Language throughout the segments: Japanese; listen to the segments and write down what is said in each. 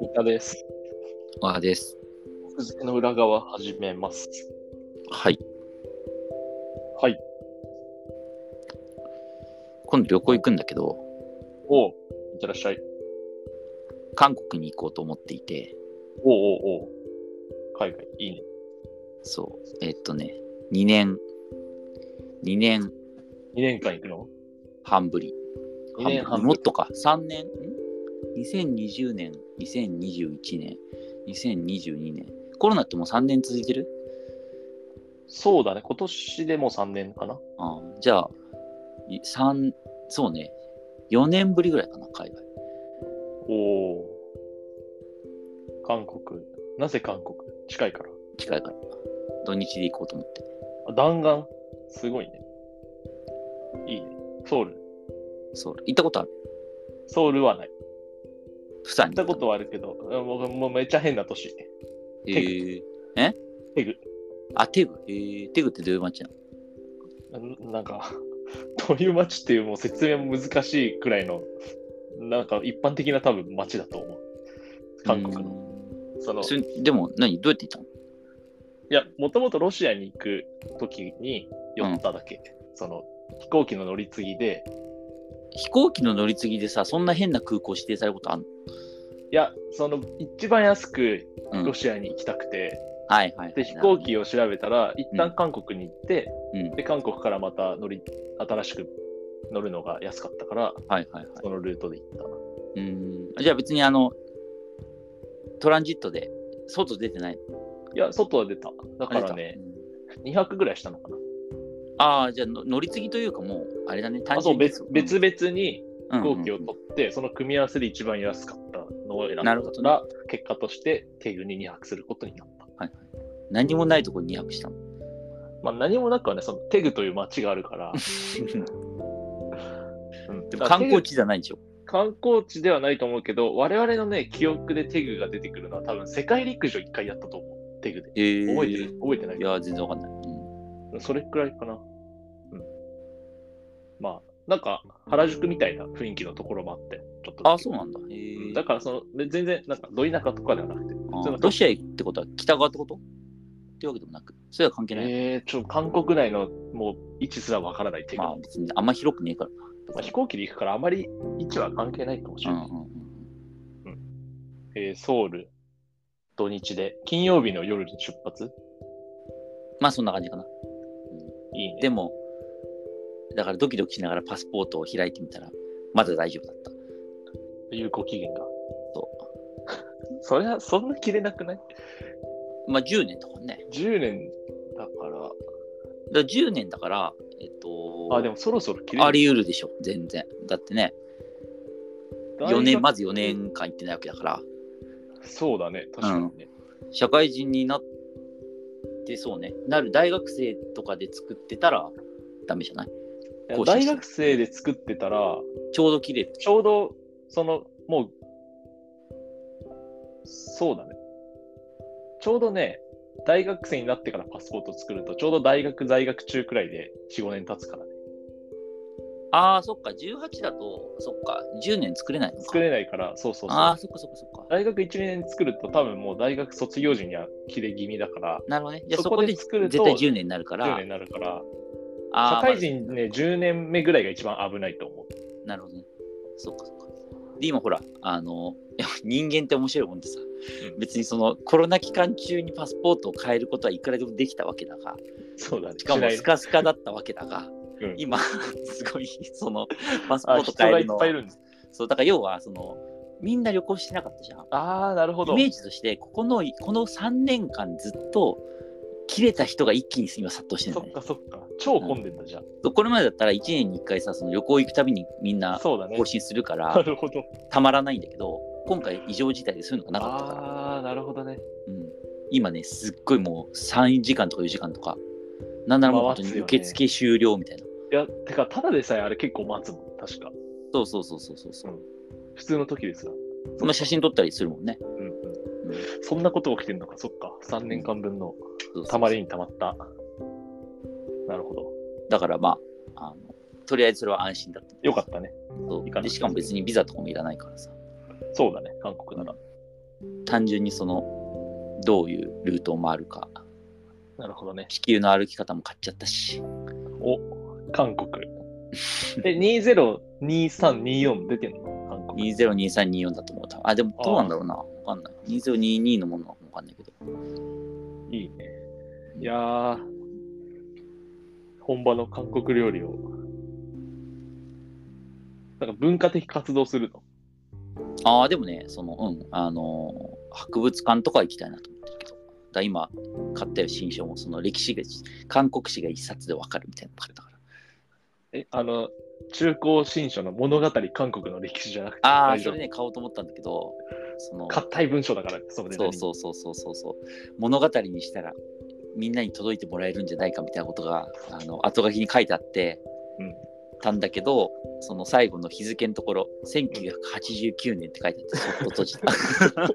三田です。おはです。奥付けの裏側始めます。はい。はい。今度旅行行くんだけど、おう、いってらっしゃい。韓国に行こうと思っていて、おうおうおう。海外、いいね。そう。えっとね、2年、2年2年間行くの半ぶり。 ?2 年半もっとか、3年ん ?2020 年、2021年、2022年。コロナってもう3年続いてるそうだね。今年でもう3年かな。ああじゃあ、い三そうね、4年ぶりぐらいかな、海外。おお。韓国。なぜ韓国近いから。近いから。土日で行こうと思って。あ弾丸。すごいね。いいね。ソウル。ソウル。行ったことあるソウルはない。プサン行っにたことはあるけど、うんもうもうめっちゃ変な都市。へテええテグ。あ、テグ。へえテグってどういう街なのななんか、どういう街っていうもう説明も難しいくらいの、なんか一般的な多分街だと思う。韓国の。の。そのそれでも、何どうやって行っいや、もともとロシアに行く時に寄っただけ。その飛行機の乗り継ぎで、たの飛行機の乗り継ぎでさ、そんな変な空港指定されることあんのいや、その一番安くうんロシアに行きたくて、はいはいはい。で、飛行機を調べたら、一旦韓国に行って、うんで、韓国からまた乗り、新しく乗るのが安かったから、はいはいはい。そのルートで行った。うーん。じゃあ別にあの、トランジットで、外出てないいや、外は出た。だだからね、。2泊ぐらいしたのかな。ああ、じゃあの乗り継ぎというかもう、あれだね、単あそう純に別別々にうん飛行機をうん取って、その組み合わせで一番安かったのを選んなだるほどら、結果としてテグに2泊することになった。はいはい。何もないところに2泊したの。まあ、何もなくはね、そのテグという街がある から、うんでもだから観光テ地じゃないでしょ。グ観光地ではないと思うけど、我々のね、記憶でテグが出てくるのは、多分世界陸上1回やったと思う、テグで。へえ覚えてる覚えてないいや、全然わかんない。うんそれくらいかな。うん。まあ、なんか原宿みたいな雰囲気のところもあって、ちょっとだけ。あ、そうなんだ。へうんーだからその、で全然、なんか、ど田舎とかではなくて、あーそのロシア行くってことは北側ってことっていうわけでもなく、それは関係ない。えー、ちょ、韓国内のもう位置すらわからないテクまあ別にあんま広くねえからな。まあ、飛行機で行くからあまり位置は関係ないかもしれうんうない。んうんえーソウル、土日で、金曜日の夜に出発まあそんな感じかな。いいね。でも、だからドキドキしながらパスポートを開いてみたら、まだ大丈夫だった。有効期限が。そ。それは、そんな切れなくないうまあ10年とかね。 ?10 年だかだから10年だから、えっと、ら、あ、でもそろそろ切れあり得るでしょ、全然。だってね、大学4年、まず4年間行ってないわけだから、そうだね、確かにね。社会人になってそうね、なる大学生とかで作ってたら、ダメじゃないいや更新し大た学生で作ってたら、ちょうど切れる。ちょうど、その、もう、そうだね。ちょうどね、大学生になってからパスポート作ると、ちょうど大学在学中くらいで4、5年経つからね。ああ、そっか、18だと、そっか、10年作れないのか。作れないから、そうそうそああ、う。そっかそっかそっか。大学1、2年作ると、多分もう大学卒業時には切れ気味だから、なるほどね。じゃあそそここでで作ると絶対10年になるか10ら年に、なるから、社あー会人ね、10年目ぐらいが一番危ないと思う。なるほどね。そっかそっか。で、今ほら、あの、 いや人間って面白いもんでさ、うん別にそのコロナ期間中にパスポートを変えることはいくらでもできたわけだが、そうだね。しかもないスカスカだったわけだが、うん今、 すごい、その、パスポあート人変えがいるっのぱいい。るんです。そう、だから要は、その、みんな旅行してなかったじゃん。ああ、なるほイど。メージとしてここのこの3年間ずっと切れた人が一気に今殺到してるそんだっねかそっか。超混んでんだじゃん。そうこれまでだったら1年に1回さその旅行行くたびにみんなそうだね更。新するから、なるほど。たまらないんだけど今回異常事態でそういうのがなかったから、ああー、なるほどね。うん、今ねすっごいもう3時間とか4時間とかなんならもう本当回すによね受付終了みたいな、いや、てか、ただでさえあれ結構待つもん、確か。そうそうそうそうそうそう普通の時ですら。その写真撮ったりするもんね、うんうん。うんそうそんなことが起きてるのか、そっか。3年間分のそうそうたまりにたまった。なるほど。だからまああのとりあえずそれは安心だった。よかったね。そう行かなくてでしかも別にビザとかもいらないからさ。そうだね、韓国なら。単純にその、どういうルートを回るか。なるほどね。地球の歩き方も買っちゃったし。お、韓国。え、202324出てんの韓国。 202324だと思う。多分あ、でもどうなんだろうな。わかんない。2022のものはわかんないけど。いいね。いやー、本場の韓国料理を。なんか文化的活動するの。ああ、でもね、その、うん、あのー博物館とか行きたいなと思ってるけど。だから今、買ったよ、新書も、その歴史が、韓国史が一冊でわかるみたいなの買ったから。え、あの、中高新書の物語韓国の歴史じゃなくて、ああ、大そ丈夫れね、買おうと思ったんだけど、その、硬い文章だから、それそうそうそうそうそうそう。物語にしたら、みんなに届いてもらえるんじゃないかみたいなことが、あの、後書きに書いてあって、うんたんだけど、その最後の日付のところ、1989年って書いてあって、そっと閉じ た。ちょっと、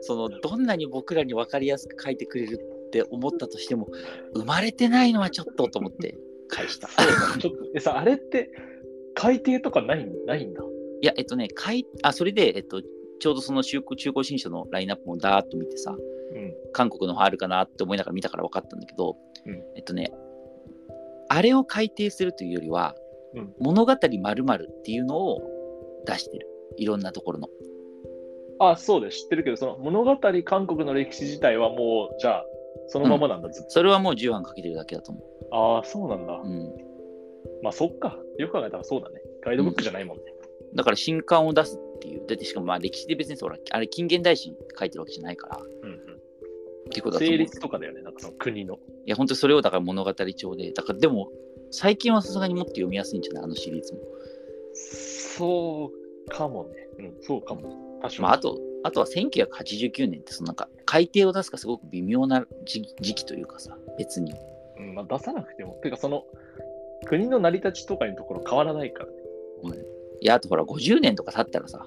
その、どんなに僕らに分かりやすく書いてくれるって思ったとしても、生まれてないのはちょっとと思って返した。そうちょっと、え、さ、あれって、改訂とかないないんだ。いや、えっとね、かいあそれで、えっと、ちょうどその中古中古新書のラインナップもダーッと見てさ、うん。韓国の方あるかなって思いながら見たから分かったんだけど、うんえっとねあれを改訂するというよりは、うん物語まるっていうのを出してるいろんなところのあ、そうです。知ってるけど、その物語韓国の歴史自体はもう、じゃあ、そのままなんだ、ずっそれはもう10話かけてるだけだと思う、と。ああ、そうなんだ。うん、まあ、そっか。よく考えたらそうだね。ガイドブックじゃないもんね。だから新刊を出すっていうだってしかもまあ歴史で別にそらあれ近現代史書いてるわけじゃないからっうんうんていうことだと成思うい立とかだよね、なんかその国の。や本当にそれをだから物語調でだからでも最近はさすがにもっと読みやすいんじゃないあのシリーズも、そうかもね。うん、そうかも。確かに。まあ、あとあとは1989年ってそのなんか改訂を出すかすごく微妙な時時期というかさ別にうんまあ、出さなくても。てか、その、国の成り立ちとかのところ変わらないからね。いやあとほら50年とか経ったらさ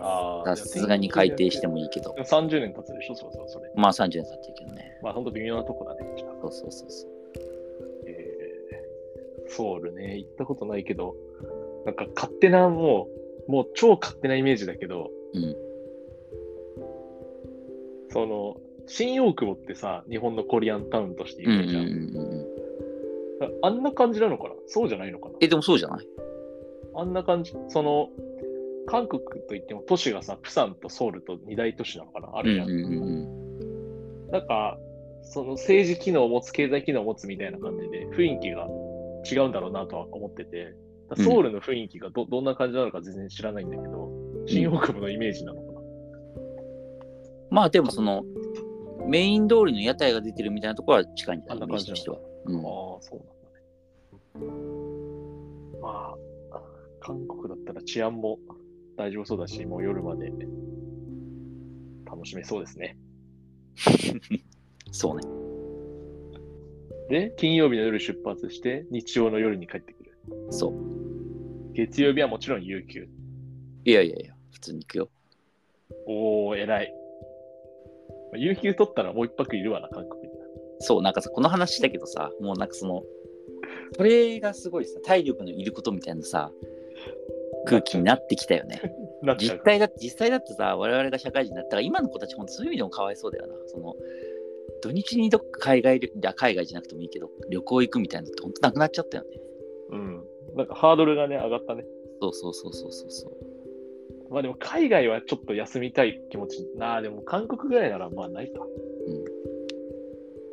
あさすがに改訂してもいいけどでも30年経つでしょ、そうそう、それ。まあ30年経ってるけどねまあ、ほんと微妙なとこだね。じゃあそうそうそうそうえーソウルね、行ったことないけど、なんか勝手な、もう、もう超勝手なイメージだけど、うんその、新大久保ってさ、日本のコリアンタウンとしてうん有う名んじゃん。うんうんああんな感じなのかなそうじゃないのかなえでもそうじゃないあんな感じ、その、韓国といっても都市がさ、プサンとソウルと二大都市なのかなあうるんじゃ。うんんうんなんか、その政治機能を持つ、経済機能を持つみたいな感じで、雰囲気が違うんだろうなとは思ってて、だからソウルの雰囲気がど,、どんな感じなのか全然知らないんだけど、新大久保のイメージなのかな。まあでもそのメイン通りの屋台が出てるみたいなところは近いんじゃないあんな感じイメージとしては、うん、ああ、そうなんだね。まあ、韓国だったら治安も大丈夫そうだし、もう夜まで楽しめそうですね。そうねで、金曜日の夜出発して、日曜の夜に帰ってくる。そう月曜日はもちろん有給。いやいやいや普通に行くよおー、偉い。まあ有給取ったらもう一泊いるわな、韓国に。そうなんかさこの話したけどさもうなんかそのそれがすごいさ体力のいることみたいなさ空気になってきたよねなっちゃ実うから。際だって実際だってさ我々が社会人になったら今の子たち本当そういう意味でもかわいそうだよなその土日にどっか海外旅いや海外じゃなくてもいいけど旅行行くみたいなのって本当なくなっちゃったよねうん。なんかハードルがね、上がったね。そうそうそうそうそうそうまあでも海外はちょっと休みたい気持ち。なあ、でも韓国ぐらいならまあないか。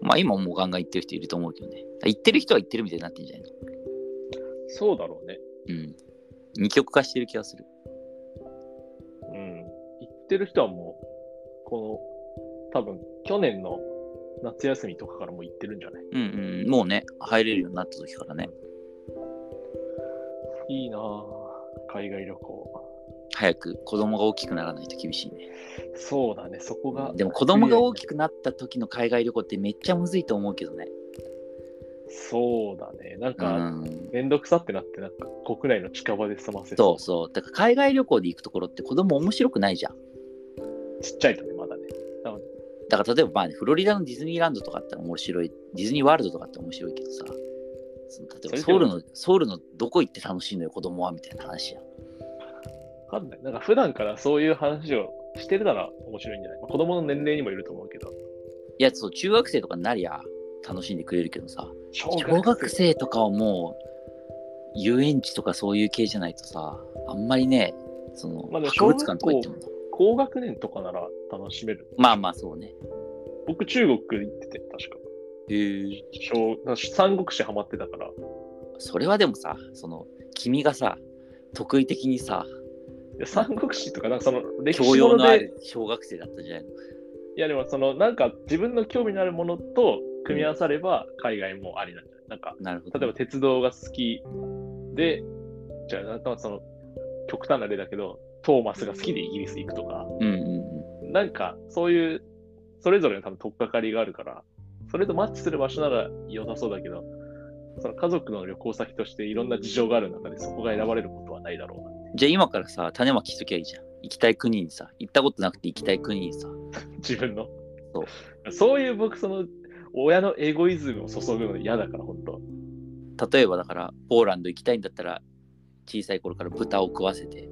まあ今もうガンガン行ってる人いると思うけどね行ってる人は行ってるみたいになってんじゃないそうだろうね。のうん二極化してる気がするうん。行ってる人はもう、この、多分去年の夏休みとかからもう行ってるんじゃないうんうんもうね入れるようになった時からねいいなあ海外旅行。早く子供が大きくならないと厳しいねそうだね、そこが。でも子供が大きくなった時の海外旅行ってめっちゃむずいと思うけどね。そうだね。なんうか、ん、めんどくさってなって、なんか国内の近場で済ませそうそう。だから海外旅行で行くところって子供面白くないじゃん。ちっちゃいとね、まだね。だから例えばまあね、フロリダのディズニーランドとかあって面白い、ディズニーワールドとかって面白いけどさ、その例えばソウルのソウルのどこ行って楽しいのよ子供はみたいな話やわかんない。なんか普段からそういう話をしてるなら面白いんじゃない、まあ、子供の年齢にもいると思うけど。いやそう中学生とかになりゃ楽しんでくれるけどさ小小学生とかはもう遊園地とかそういう系じゃないとさあんまりねそのまあでも博物館とか行っても高学年とかなら楽しめる。まあまあそうね僕、中国行ってて、確か。へえ小なんか三国志ハマってたから。いそれはでもさその君がさ得意的にさや三国志とか、なんかその歴教史養もののあで、る小学生だったんじゃないのいやでもその、なんか自分の興味のあるものと組み合わされば海外もありなんじゃないなんか、なるほど例えば鉄道が好きで、じゃあ、なんかその、極端な例だけど、トーマスが好きでイギリス行くとか、うんうんうんなんかそういうそれぞれの多分取っかかりがあるからそれとマッチする場所なら良さそうだけどその家族の旅行先としていろんな事情がある中でそこが選ばれることはないだろうなじゃあ今からさ種まきしときゃいいじゃん行きたい国にさ行ったことなくて行きたい国にさ自分の そそういう僕その親のエゴイズムを注ぐの嫌だから本当例えばだからポーランド行きたいんだったら小さい頃から豚を食わせて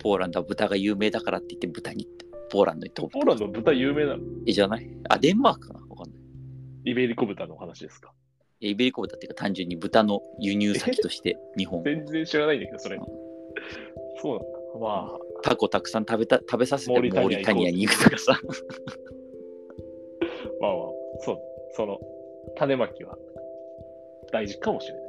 ポーランドは豚が有名だからって言って豚にポーランドに飛ぶポーランドの豚有名なのえじゃないあデンマークかなわかんないイベリコ豚のお話ですかえイベリコ豚っていうか単純に豚の輸入先として日本全然知らないんだけどそれそうなんだまあタコたくさん食べた食べさせてモモーリタニアーリタニアに行くとかさまあまあそうその種まきは大事かもしれない